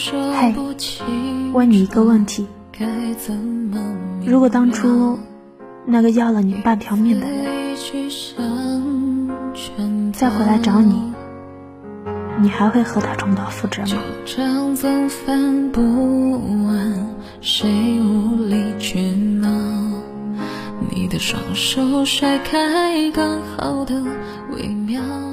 嘿，问你一个问题：如果当初那个要了你半条命的人再回来找你，你还会和他重蹈覆嗯辙吗？你的双手甩开刚好的微妙。